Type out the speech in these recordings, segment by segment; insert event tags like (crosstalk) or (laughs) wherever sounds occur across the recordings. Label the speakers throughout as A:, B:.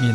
A: 面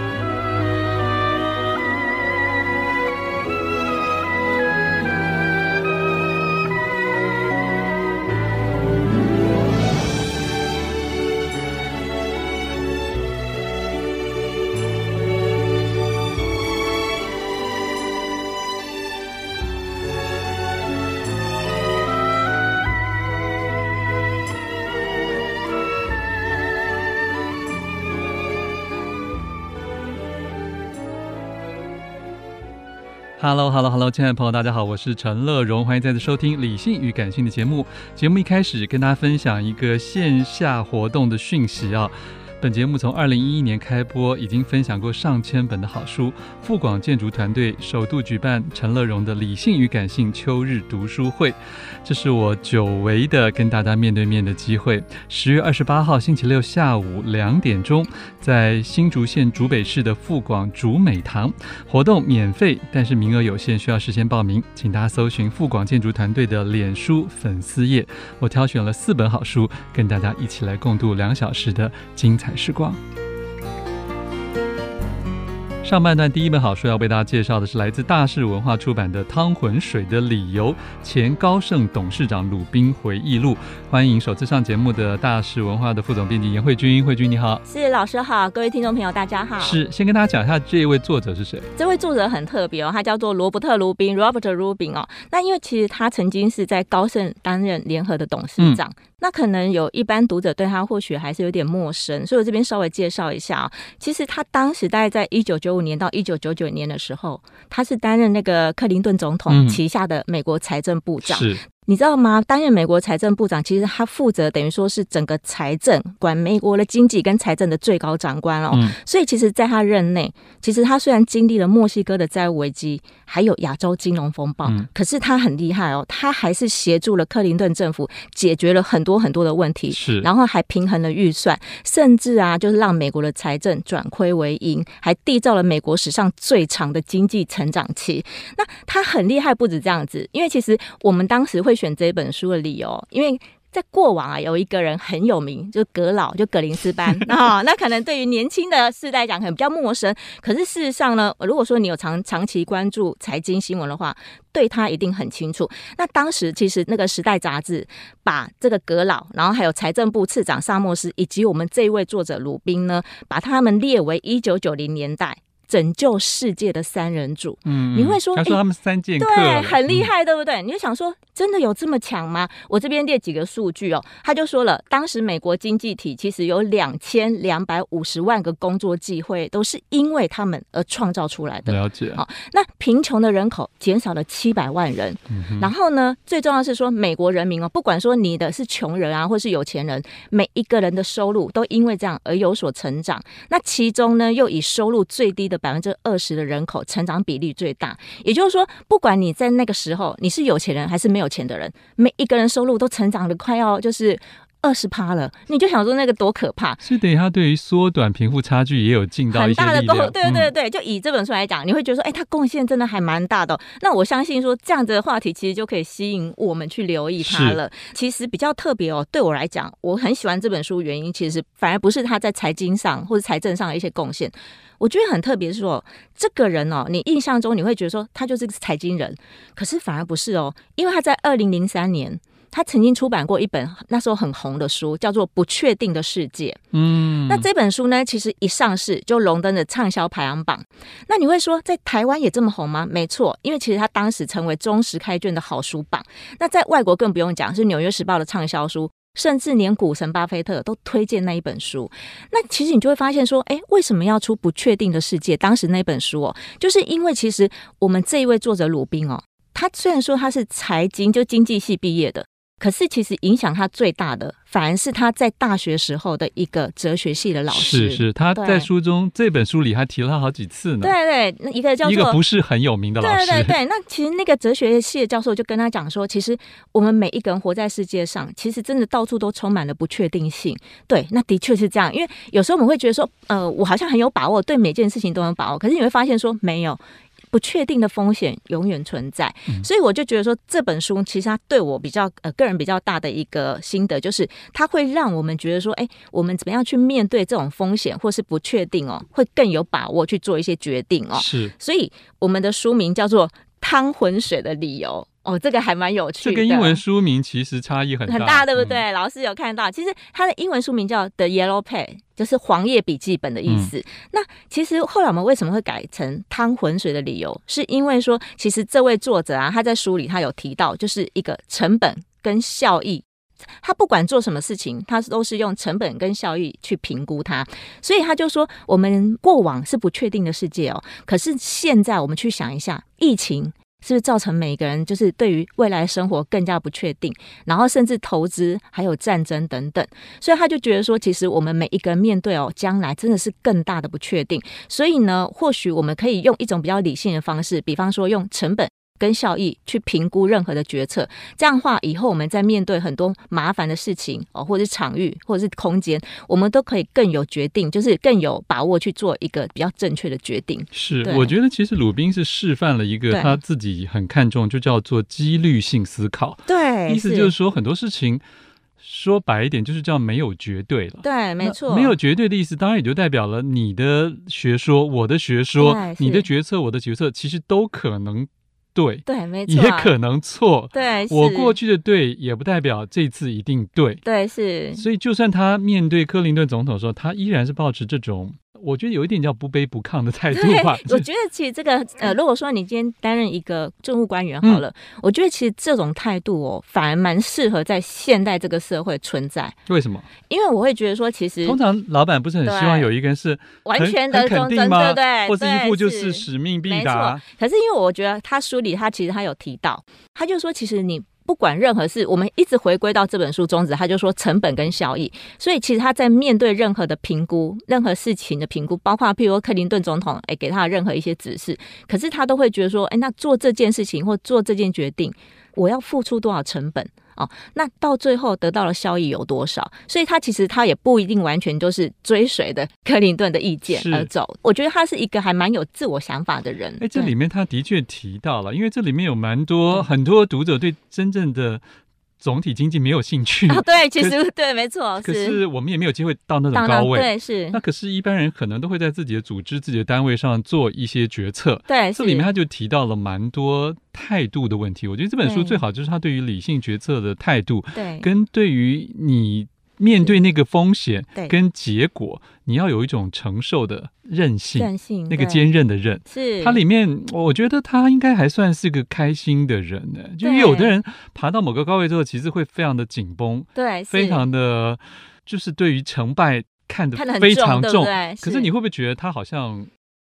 A: Hello，Hello，Hello，亲爱的朋友，大家好，我是陈乐荣，欢迎再次收听《理性与感性》的节目。节目一开始跟大家分享一个线下活动的讯息啊。本节目从二零一一年开播，已经分享过上千本的好书。富广建筑团队首度举办陈乐融的《理性与感性》秋日读书会，这是我久违的跟大家面对面的机会。十月二十八号星期六下午两点钟，在新竹县竹北市的富广竹美堂，活动免费，但是名额有限，需要事先报名。请大家搜寻富广建筑团队的脸书粉丝页，我挑选了四本好书，跟大家一起来共度两小时的精彩时光。上半段第一本好书要为大家介绍的是来自大是文化出版的《汤浑水的理由》，前高盛董事长鲁宾回忆录。欢迎首次上节目的大是文化的副总编辑严慧君，慧君你好。
B: 是老师好，各位听众朋友大家好。
A: 是，先跟大家讲一下这一位作者是谁。
B: 这位作者很特别哦，他叫做罗伯特·卢宾 （Robert Rubin） 哦。那因为其实他曾经是在高盛担任联合的董事长，
A: 嗯
B: 那可能有一般读者对他或许还是有点陌生，所以我这边稍微介绍一下啊、其实他当时大概在一九九五年到一九九九年的时候，他是担任那个克林顿总
A: 嗯
B: 统旗下的美国财政部长。
A: 是，
B: 你知道吗？担任美国财政部长，其实他负责等于说是整个财政管美国的经济跟财政的最高长官哦。
A: 嗯
B: 所以其实，在他任内，其实他虽然经历了墨西哥的债务危机，还有亚洲金融风暴，
A: 嗯
B: 可是他很厉害哦，他还是协助了克林顿政府解决了很多很多的问题。
A: 是，
B: 然后还平衡了预算，甚至啊，就是让美国的财政转亏为盈，还缔造了美国史上最长的经济成长期。那他很厉害，不止这样子，因为其实我们当时会选这本书的理由，因为。在过往啊，有一个人很有名，就格老，就葛林斯班啊、那可能对于年轻的世代讲，可能比较陌生。可是事实上呢，如果说你有长长期关注财经新闻的话，对他一定很清楚。那当时其实那个《时代》杂志把这个格老，然后还有财政部次长萨默斯以及我们这一位作者鲁宾呢，把他们列为一九九零年代拯救世界的三人组。
A: 嗯
B: 你会说
A: 他说
B: 哎
A: 他们三剑客
B: 对，
A: 了，
B: 很厉
A: 嗯。
B: 害，对不对？你就想说，真的有这么强吗？我这边列几个数据哦，他就说了，当时美国经济体其实有两千两百五十万个工作机会，都是因为他们而创造出来的。
A: 嗯了解，
B: 好那贫穷的人口减少了七百万人，然后呢，最重要的是说，美国人民哦，不管说你的是穷人啊，或是有钱人，每一个人的收入都因为这样而有所成长。那其中呢，又以收入最低的百分之二十的人口成长比例最大。也就是说，不管你在那个时候你是有钱人还是没有钱的人，每一个人收入都成长的快要就是。二十趴了，你就想说那个多可怕，
A: 所以等于他对于缩短贫富差距也有尽到一些
B: 很大的
A: 力
B: 贡
A: 量，，
B: 对对
A: 嗯
B: 对，就以这本书来讲，你会觉得说，哎，它贡献真的还蛮大的哦、那我相信说，这样子的话题其实就可以吸引我们去留意它
A: 是
B: 了。其实比较特别哦，对我来讲，我很喜欢这本书，原因其实反而不是他在财经上或者财政上的一些贡献。我觉得很特别是说，这个人哦，你印象中你会觉得说他就是个财经人，可是反而不是哦，因为他在二零零三年，他曾经出版过一本那时候很红的书，叫做《不确定的世界》。
A: 嗯，
B: 那这本书呢，其实一上市就荣登了畅销排行榜。那你会说，在台湾也这么红吗？没错，因为其实它当时成为忠实开卷的好书榜。那在外国更不用讲，是《纽约时报》的畅销书。甚至连股神巴菲特都推荐那一本书。那其实你就会发现说，哎，为什么要出《不确定的世界》？当时那本书哦，就是因为其实我们这一位作者鲁宾哦，他虽然说他是财经就经济系毕业的，可是其实影响他最大的，反而是他在大学时候的一个哲学系的老师。
A: 是是，他在
B: 对
A: 书中这本书里还提了他好几次呢。
B: 对对，那一个叫
A: 一个
B: 做
A: 不是很有名的老师，
B: 对对对，那其实那个哲学系的教授就跟他讲说，其实我们每一个人活在世界上，其实真的到处都充满了不确定性。对，那的确是这样，因为有时候我们会觉得说，呃，我好像很有把握，对每件事情都有把握，可是你会发现说没有。不确定的风险永远存在，
A: 嗯
B: 所以我就觉得说这本书其实它对我比较呃个人比较大的一个心得，就是它会让我们觉得说，哎、我们怎么样去面对这种风险或是不确定哦，会更有把握去做一些决定哦。
A: (laughs) 是
B: 所以我们的书名叫做《汤浑水的理由》哦，这个还蛮有趣
A: 这
B: 的。
A: 跟英文书名其实差异很大，
B: 很大，对不对？
A: 嗯？
B: 老师有看到，其实它的英文书名叫《The Yellow Page》，就是黄页笔记本的意
A: 嗯
B: 思。那其实后来我们为什么会改成《汤浑水》的理由，是因为说，其实这位作者啊，他在书里他有提到，就是一个成本跟效益。他不管做什么事情，他都是用成本跟效益去评估它，所以他就说，我们过往是不确定的世界哦，可是现在我们去想一下，疫情是不是造成每个人就是对于未来生活更加不确定？然后甚至投资还有战争等等，所以他就觉得说，其实我们每一个人面对哦，将来真的是更大的不确定，所以呢，或许我们可以用一种比较理性的方式，比方说用成本。跟效益去评估任何的决策，这样的话，以后我们在面对很多麻烦的事情哦，或者是场域，或者是空间，我们都可以更有决定，就是更有把握去做一个比较正确的决定。
A: 是，
B: 对
A: 我觉得其实鲁宾是示范了一个
B: 对
A: 他自己很看重，就叫做几率性思考。
B: 对
A: 意思就是说，很多事情说白一点，就是叫没有绝对了。
B: 对，没
A: 那
B: 错，
A: 没有绝对的意思，当然也就代表了你的学说、我的学说
B: 对、是
A: 你的决策、我的决策，其实都可能对，
B: 对，没错
A: 也
B: 啊、
A: 可能错。
B: 对，
A: 我
B: 是
A: 过去的对，也不代表这次一定对。
B: 对是
A: 所以，就算他面对克林顿总统的时候，他依然是保持这种，我觉得有一点叫不卑不亢的态度吧。
B: 我觉得其实这个
A: 嗯
B: 呃，如果说你今天担任一个政务官员好了，我觉得其实这种态度哦，反而蛮适合在现代这个社会存在，
A: (laughs) 为什么？
B: 因为我会觉得说，其实
A: 通常老板不是很希望
B: 对
A: 有一个人是
B: 完
A: 很
B: 全的
A: 很
B: 忠
A: 肯定
B: 贞，
A: 吗？
B: 对不对？
A: 或是一
B: 对
A: 副就是使命必
B: 没错
A: 达。。
B: 可是因为我觉得他书里他其实他有提到，他就说其实你。不管任何事，我们一直回归到这本书宗旨，他就说成本跟效益。所以其实他在面对任何的评估、任何事情的评估，包括譬如说克林顿总统哎给他的任何一些指示，可是他都会觉得说，哎，那做这件事情或做这件决定，我要付出多少成本？哦，那到最后得到的效益有多少？所以他其实他也不一定完全都是追随的克林顿的意见呃
A: 是
B: 而走。我觉得他是一个还蛮有自我想法的人。
A: 哎，这
B: 对
A: 里面他的确提到了，因为这里面有蛮多很多读者对真正的总体经济没有兴趣，
B: 啊， (laughs) 对，其
A: 可
B: 实对，没错，
A: 可是我们也没有机会到那种
B: 当
A: 高
B: 然
A: 位。
B: 对是
A: 那，可是，一般人可能都会在自己的组织、自己的单位上做一些决策。
B: 对
A: 这里面
B: 是
A: 他就提到了蛮多态度的问题。我觉得这本书
B: 对
A: 最好就是他对于理性决策的态度，
B: 对
A: 跟对于你面对那个风险
B: 对
A: 跟结果，你要有一种承受的韧性，
B: 任性
A: 那个
B: 对
A: 坚韧的韧。
B: 是
A: 它里面，我觉得他应该还算是个开心的人呢。就有的人爬到某个高位之后，其实会非常的紧绷，
B: 对
A: 非
B: 是
A: 常的，就是对于成败看得
B: 看得很
A: 非常
B: 对
A: 重
B: 不。对？
A: 可是你会不会觉得他好像，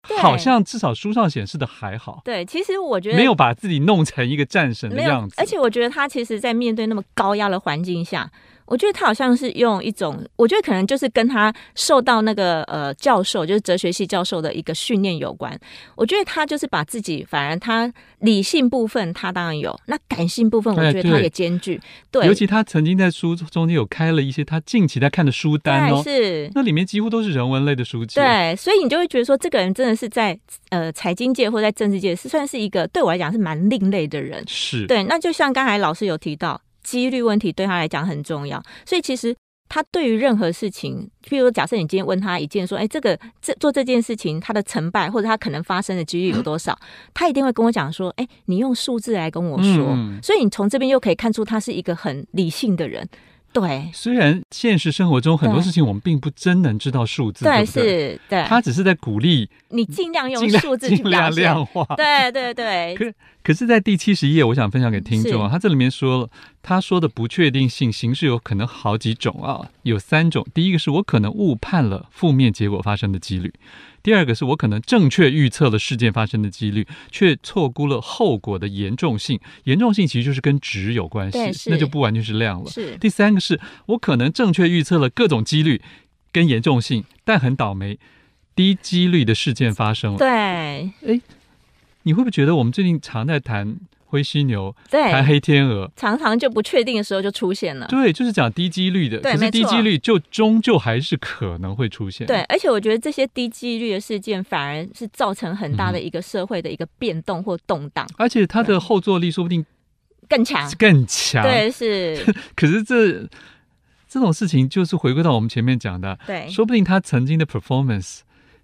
B: 对
A: 好像至少书上显示的还好，
B: 对，其实我觉得
A: 没有把自己弄成一个战神的
B: 没有
A: 样子，，
B: 而且我觉得他其实，在面对那么高压的环境下，我觉得他好像是用一种，我觉得可能就是跟他受到那个呃教授，就是哲学系教授的一个训练有关。我觉得他就是把自己，反而他理性部分他当然有，那感性部分
A: 哎
B: 我觉得他
A: 对
B: 也兼具。对，
A: 尤其他曾经在书中间有开了一些他近期在看的书单
B: 对
A: 哦，
B: 是。
A: 那里面几乎都是人文类的书籍。
B: 对，所以你就会觉得说，这个人真的是在呃财经界或在政治界是算是一个对我来讲是蛮另类的人。
A: 是，
B: 对，那就像刚才老师有提到，几率问题对他来讲很重要，所以其实。他对于任何事情，譬如假设你今天问他一件说，哎，这个这做这件事情，它的成败或者它可能发生的几率有
A: (laughs)
B: 多少，他一定会跟我讲说，哎，你用数字来跟我说，
A: 嗯
B: 所以你从这边又可以看出他是一个很理性的人，对，
A: 虽然现实生活中很多
B: 对
A: 事情我们并不真能知道数字，对不对？
B: 是，对，
A: 他只是在鼓励
B: 你尽量用
A: 尽量
B: 数字去
A: 尽
B: 表
A: 量
B: 现，
A: 量化。
B: (laughs) 对对对，
A: (laughs) 可可是，在第七十页，我想分享给听众啊，他这里面说了，他说的不确定性形式有可能好几种啊，有三种。第一个是我可能误判了负面结果发生的几率；第二个是我可能正确预测了事件发生的几率，却错估了后果的严重性。严重性其实就是跟值有关系
B: 对，是
A: 那就不完全是量了。
B: 是
A: 第三个是我可能正确预测了各种几率跟严重性，但很倒霉，低几率的事件发生了。
B: 对
A: 你会不会觉得我们最近常在谈灰犀牛、谈
B: 对，
A: 黑天鹅？
B: 常常就不确定的时候就出现了。
A: 对，就是讲低几率的，
B: 嗯对
A: 可是
B: 没
A: 低
B: 错
A: 几率就终究还是可能会出现。
B: 对，而且我觉得这些低几率的事件反而是造成很大的
A: 嗯
B: 一个社会的一个变动或动荡
A: 而且它的后坐力说不定
B: 更强。
A: 更强。，
B: 对，是，
A: 可是这这种事情就是回归到我们前面讲的，(laughs)
B: 对，
A: 说不定他曾经的 performance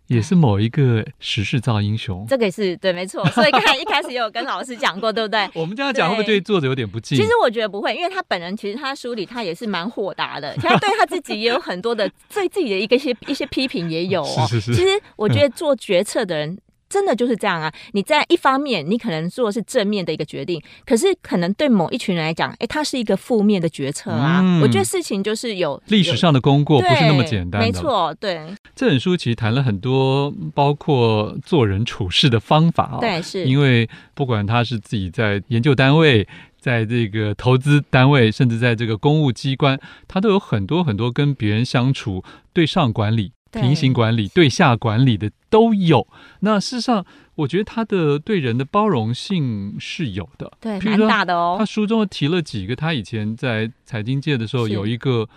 A: 也是某一个时势造英雄。
B: 这个也是对，没错。所以刚才一开始也有跟老师讲过，对不对？
A: 我们这样讲会不会
B: 对
A: 对作者有点不敬？
B: 其实我觉得不会，因为他本人其实他书里他也是蛮豁达的，其 (laughs) 实他对他自己也有很多的对自己的一个一些一些批评也有哦。
A: 是是是
B: 其实我觉得做决策的人。真的就是这样啊！你在一方面，你可能做的是正面的一个决定，可是可能对某一群人来讲，哎，它是一个负面的决策啊。
A: 嗯
B: 我觉得事情就是有
A: 历史
B: 有
A: 上的功过不是那么
B: 对
A: 简单的，
B: 没错，对
A: 这本书其实谈了很多，包括做人处事的方法啊、
B: 对是，
A: 因为不管他是自己在研究单位，在这个投资单位，甚至在这个公务机关，他都有很多很多跟别人相处、对上管理、
B: 对
A: 平行管理、对下管理的都有。那事实上，我觉得他的对人的包容性是有的。
B: 对
A: 譬如
B: 蛮
A: 说
B: 大的哦
A: 他。书中提了几个，他以前在财经界的时候
B: 是
A: 有一个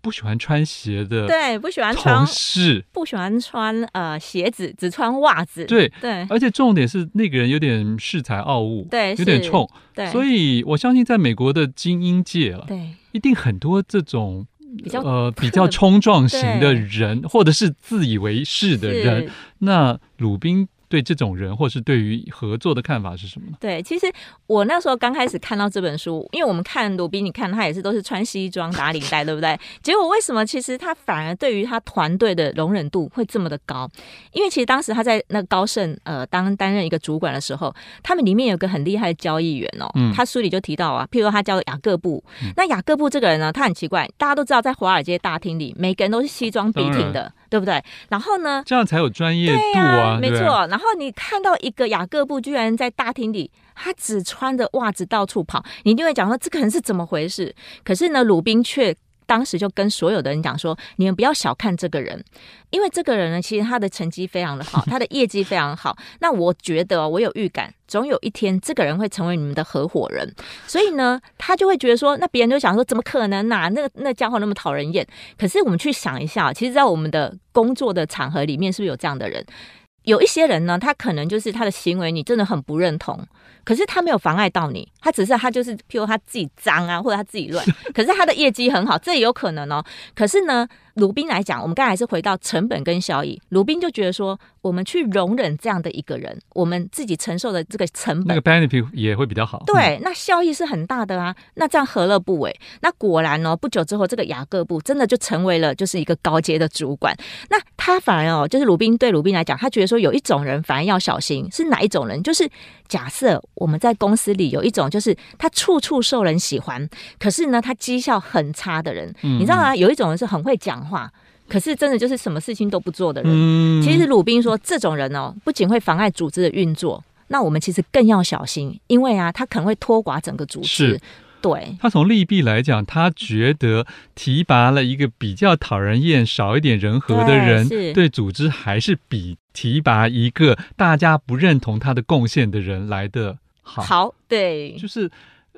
A: 不喜欢穿鞋的
B: 对，不喜欢穿
A: 同事，
B: 不喜欢穿呃鞋子，只穿袜子。
A: 对，
B: 对
A: 而且重点是那个人有点恃才傲物，
B: 对
A: 有点
B: 是
A: 冲，
B: 对，
A: 所以我相信在美国的精英界啊，
B: 对
A: 一定很多这种
B: 比较 (laughs)
A: 呃比较冲撞型的
B: 对
A: 人，或者是自以为是的人。
B: 是
A: 那鲁宾对这种人，或是对于合作的看法是什么呢？
B: 对，其实我那时候刚开始看到这本书，因为我们看鲁宾，你看他也是都是穿西装打领带，对不对？结果为什么其实他反而对于他团队的容忍度会这么的高？因为其实当时他在那个高盛呃当担任一个主管的时候，他们里面有个很厉害的交易员哦，
A: 嗯
B: 他书里就提到啊，譬如说他叫雅各布，那雅各布这个人呢，他很奇怪，大家都知道在华尔街大厅里，每个人都是西装笔挺
A: 当
B: 的，对不对？然后呢，
A: 这样才有专业
B: 对
A: 度啊，
B: 没
A: 对不
B: 错
A: 对。。
B: 然后你看到一个雅各布居然在大厅里，他只穿着袜子到处跑，你一定会讲说这个人是怎么回事？可是呢，鲁宾却。当时就跟所有的人讲说，你们不要小看这个人，因为这个人呢，其实他的成绩非常的
A: (laughs)
B: 好，他的业绩非常好。那我觉得哦，我有预感，总有一天这个人会成为你们的合伙人。所以呢，他就会觉得说，那别人就想说，怎么可能呐、那个那家伙那么讨人厌。可是我们去想一下，其实，在我们的工作的场合里面，是不是有这样的人？有一些人呢，他可能就是他的行为，你真的很不认同，可是他没有妨碍到你，他只是他就是，譬如他自己脏啊，或者他自己乱，可是他的业绩很好，这也有可能哦。可是呢，鲁宾来讲，我们刚才还是回到成本跟效益，鲁宾就觉得说，我们去容忍这样的一个人，我们自己承受的这个成
A: 那
B: 本
A: 个 benefit 也会比较好。嗯，
B: 对，那效益是很大的啊。那这样何乐不为？那果然哦，不久之后，这个雅各布真的就成为了就是一个高阶的主管。那他反而哦，就是鲁宾对鲁宾来讲，他觉得说有一种人反而要小心，是哪一种人？就是假设我们在公司里有一种，就是他处处受人喜欢，可是呢，他绩效很差的人。
A: 嗯
B: 你知道啊，有一种人是很会讲话，可是真的就是什么事情都不做的人。
A: 嗯，
B: 其实鲁宾说，这种人哦，不仅会妨碍组织的运作，那我们其实更要小心，因为啊，他可能会拖垮整个组织
A: 是。
B: 对，
A: 他从利弊来讲，他觉得提拔了一个比较讨人厌、少一点人和的人，
B: 对是
A: 对组织还是比提拔一个大家不认同他的贡献的人来的好。
B: 好，对，
A: 就是。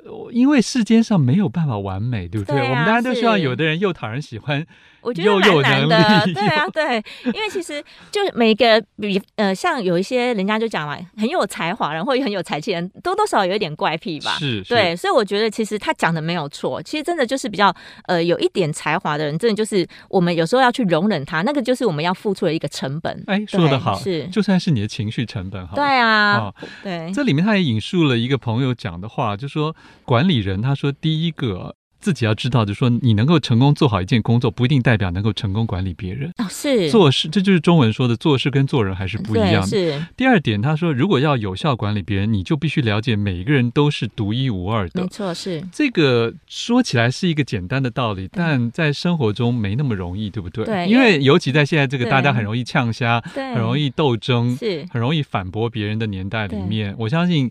A: 呃因为世间上没有办法完美，对不对？
B: 对啊
A: 我们大家都希望
B: 是
A: 有的人又讨人喜欢，
B: 我觉得
A: 又有
B: 蛮难
A: 能
B: 的
A: 力，
B: 对啊，对，因为其实就是每个比呃，像有一些人家就讲嘛，很有才华人或者很有才气人，多多少少有一点怪癖吧。
A: 是，是
B: 对，所以我觉得其实他讲的没有错，其实真的就是比较呃有一点才华的人，真的就是我们有时候要去容忍他，那个就是我们要付出的一个成本。
A: 哎，说
B: 对
A: 得好，
B: 是
A: 就算是你的情绪成本好
B: 对
A: 了，
B: 啊，
A: 哦
B: 对，
A: 这里面他也引述了一个朋友讲的话，就说管理人，他说第一个自己要知道，就是说你能够成功做好一件工作，不一定代表能够成功管理别人。
B: 哦，是
A: 做事，这就是中文说的做事跟做人还是不一样
B: 嗯
A: 呃
B: 对
A: 的。
B: 是
A: 第二点，他说，如果要有效管理别人，你就必须了解每一个人都是独一无二的
B: 没。错，是
A: 这个说起来是一个简单的道理，但在生活中没那么容易，对不对？
B: 嗯对
A: 因为尤其在现在这个大家
B: 对
A: 很容易呛虾、
B: 对，
A: 很容易斗争、
B: 是
A: 很容易反驳别人的年代里面，我相信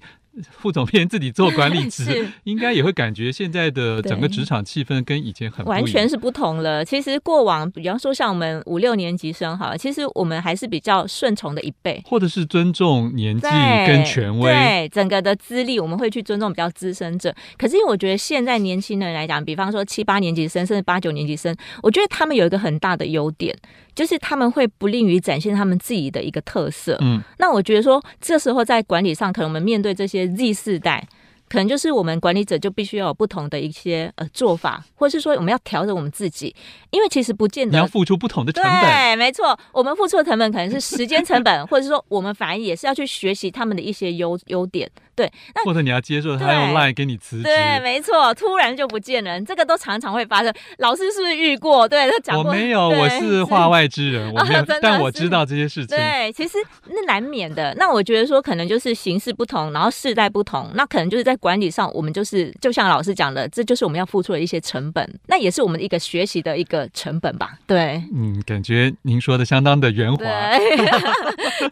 A: 副总编自己做管理职，
B: 是。
A: 应该也会感觉现在的整个
B: 对
A: 职场气氛跟以前很不一样
B: 完全是不同了。其实过往，比方说像我们五六年级生好了，其实我们还是比较顺从的一辈，
A: 或者是尊重年纪
B: 对
A: 跟权威。
B: 对整个的资历，我们会去尊重比较资深者。可是因为我觉得现在年轻人来讲，比方说七八年级生，甚至八九年级生，我觉得他们有一个很大的优点，就是他们会不吝于展现他们自己的一个特色。
A: 嗯，
B: 那我觉得说，这时候在管理上，可能我们面对这些 Z 世代。可能就是我们管理者就必须要有不同的一些呃做法，或者是说我们要调整我们自己，因为其实不见
A: 你要
B: 得
A: 付出不同的成本。
B: 对，没错，我们付出的成本可能是时间成本，或者是说我们反而也是要去学习他们的一些优优点。对，那
A: 或者你要接受他
B: 对
A: 用 line 给你辞职，
B: 对，没错，突然就不见人，这个都常常会发生。老师是不是遇过？对他讲
A: 我
B: 过，
A: 没有，
B: 对哦
A: 我是话外之人，
B: (laughs)
A: 我没有
B: 真的，
A: 但我
B: 是
A: 知道这些事情。
B: 对，其实那难免的。那我觉得说，可能就是形式不同，然后世代不同，那可能就是在管理上，我们就是就像老师讲的，这就是我们要付出的一些成本，那也是我们的一个学习的一个成本吧。对，
A: 嗯，感觉您说的相当的圆滑。
B: 对，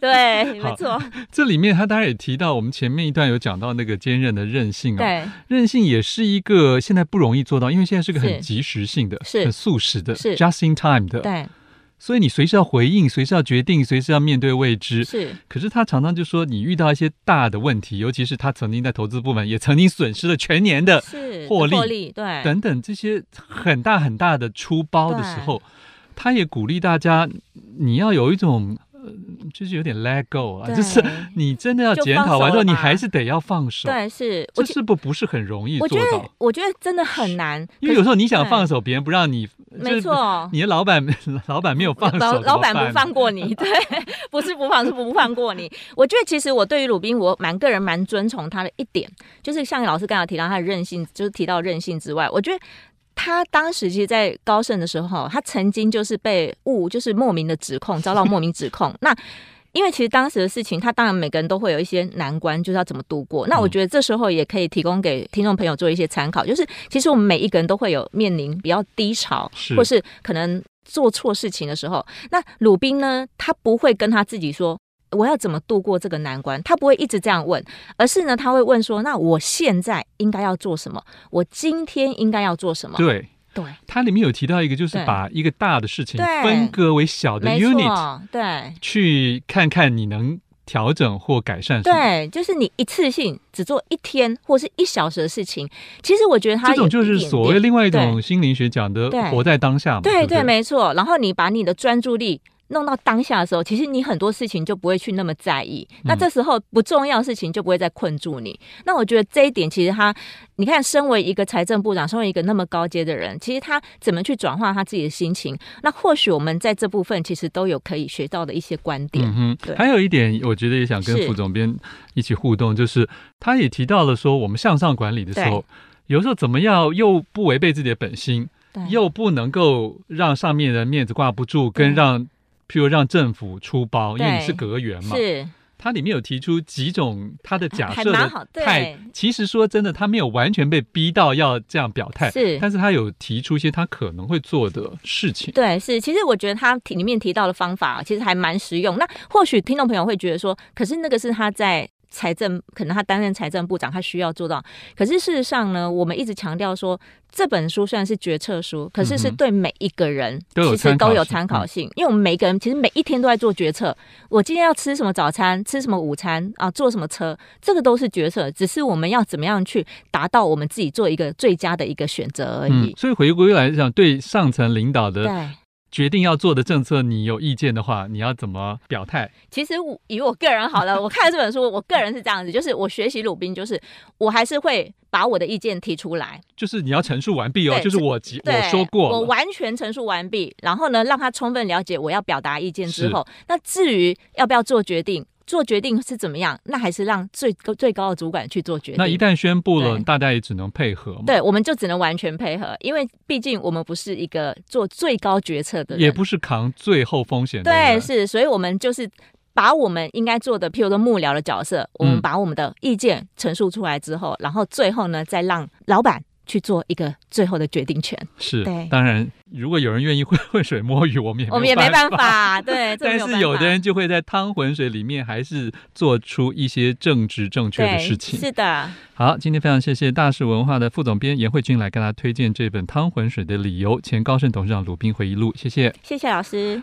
B: (laughs) 对，没错，
A: 这里面他当然也提到，我们前面一段有讲到那个坚韧的韧性啊、
B: 对，
A: 韧性也是一个现在不容易做到，因为现在是个很
B: 是
A: 及时性的、
B: 是
A: 很速食的、
B: 是
A: just in time 的，
B: 对，
A: 所以你随时要回应，随时要决定，随时要面对未知。
B: 是。
A: 可是他常常就说，你遇到一些大的问题，尤其是他曾经在投资部门也曾经损失了全年的
B: 是
A: 呃获利
B: 对，
A: 等等这些很大很大的出包的时候，他也鼓励大家，你要有一种呃，就是有点 let go 啊，
B: 对
A: 就是你真的要
B: 就
A: 检
B: 放
A: 讨完
B: 手
A: 之后，
B: 了
A: 你
B: 吧
A: 还是得要放手。
B: 对，是我
A: 这
B: 觉
A: 是不不是很容易
B: 我觉
A: 做
B: 得
A: 到？
B: 我觉得真的很难，
A: 因为有时候你想
B: 对
A: 放手，别人不让你，
B: 嗯没，错。
A: 你的老板 (laughs) 老板没有放手，
B: 老
A: 怎
B: 老
A: 么
B: 板不
A: 办
B: 放
A: (laughs)
B: 过你，对，不是不放，是不放过你。我觉得其实我对于鲁宾，我蛮个人蛮尊崇他的一点，就是像老师刚才提到他的任性，就是提到任性之外，我觉得他当时其实，在高盛的时候，他曾经就是被误，就是莫名的指控，遭到莫名指控。那因为其实当时的事情，他当然每个人都会有一些难关，就是要怎么度过。那
A: 嗯
B: 我觉得这时候也可以提供给听众朋友做一些参考，就是其实我们每一个人都会有面临比较低潮，
A: 是
B: 或是可能做错事情的时候。那鲁宾呢，他不会跟他自己说。我要怎么度过这个难关？他不会一直这样问，而是呢，他会问说：“那我现在应该要做什么？我今天应该要做什么？”
A: 对。
B: 对，
A: 它里面有提到一个，就是
B: 对
A: 把一个大的事情
B: 对
A: 分割为小的
B: 没
A: unit，
B: 错，对
A: 去看看你能调整或改善什么。
B: 对，就是你一次性只做一天或是一小时的事情。其实我觉得他
A: 这种就是所谓另外一种心灵学讲的
B: 对
A: 活在当下嘛，
B: 对
A: 不对，
B: 没错。然后你把你的专注力弄到当下的时候，其实你很多事情就不会去那么在意。
A: 嗯
B: 那这时候不重要的事情就不会再困住你。那我觉得这一点其实他，你看，身为一个财政部长，身为一个那么高阶的人，其实他怎么去转化他自己的心情？那或许我们在这部分其实都有可以学到的一些观点。
A: 嗯哼，
B: 对
A: 还有一点，我觉得也想跟
B: 是
A: 副总编一起互动，就是他也提到了说，我们向上管理的时候，有时候怎么样又不违背自己的本心，
B: 对
A: 又不能够让上面的面子挂不住，跟
B: 对
A: 让譬如让政府出包，因为你
B: 嗯对
A: 是隔员嘛。
B: 是啊
A: 它里面有提出几种他的假设
B: 还蛮好
A: 的
B: 对
A: 态，其实说真的，他没有完全被逼到要这样表态，
B: 是
A: 但是他有提出一些他可能会做的事情。
B: 对，是，其实我觉得他提里面提到的方法其实还蛮实用。那或许听众朋友会觉得说，可是那个是他在财政，可能他担任财政部长，他需要做到。可是事实上呢，我们一直强调说，这本书虽然是决策书，可是是
A: 嗯哼
B: 对每一个人
A: 都有
B: 其实
A: 参考
B: 都有
A: 性嗯
B: 参考性，因为我们每一个人其实每一天都在做决策。我今天要吃什么早餐，吃什么午餐啊，坐什么车，这个都是决策，只是我们要怎么样去达到我们自己做一个最佳的一个选择而
A: 嗯
B: 已，。
A: 所以回归来讲，对上层领导的
B: 对。
A: 决定要做的政策，你有意见的话，你要怎么表态？
B: 其实我以我个人好了，我看了这本书，我个人是这样子，就是我学习鲁宾，就是我还是会把我的意见提出来，
A: 就是你要陈述完毕哦，
B: 对
A: 就是我急
B: 对
A: 我说过
B: 我
A: 了，
B: 完全陈述完毕，然后呢，让他充分了解我要表达意见之后，那至于要不要做决定。做决定是怎么样，那还是让最高最高的主管去做决定。
A: 那一旦宣布了，
B: 对
A: 大家也只能配合嘛，
B: 对，我们就只能完全配合，因为毕竟我们不是一个做最高决策的人，
A: 也不是扛最后风险的人。
B: 对，是，所以我们就是把我们应该做的，譬如说幕僚的角色，我
A: 嗯
B: 们把我们的意见陈述出来之后，然后最后呢，再让老板去做一个最后的决定权，
A: 是
B: 对
A: 当然，如果有人愿意 (laughs) 浑浑水摸鱼，我们也
B: 我们也没
A: 没
B: 办
A: 办。
B: 法，
A: (laughs)
B: 对，这
A: 但
B: 没
A: 是
B: 有
A: 有
B: 办法
A: 的人就会在汤浑水里面，还是做出一些政治正确的
B: 对
A: 事情。
B: 是的，
A: 好，今天非常谢谢大是文化的副总编严慧君来跟大家推荐这本《汤浑水的理由》，前高盛董事长鲁宾回忆录，谢谢。
B: 谢谢老师。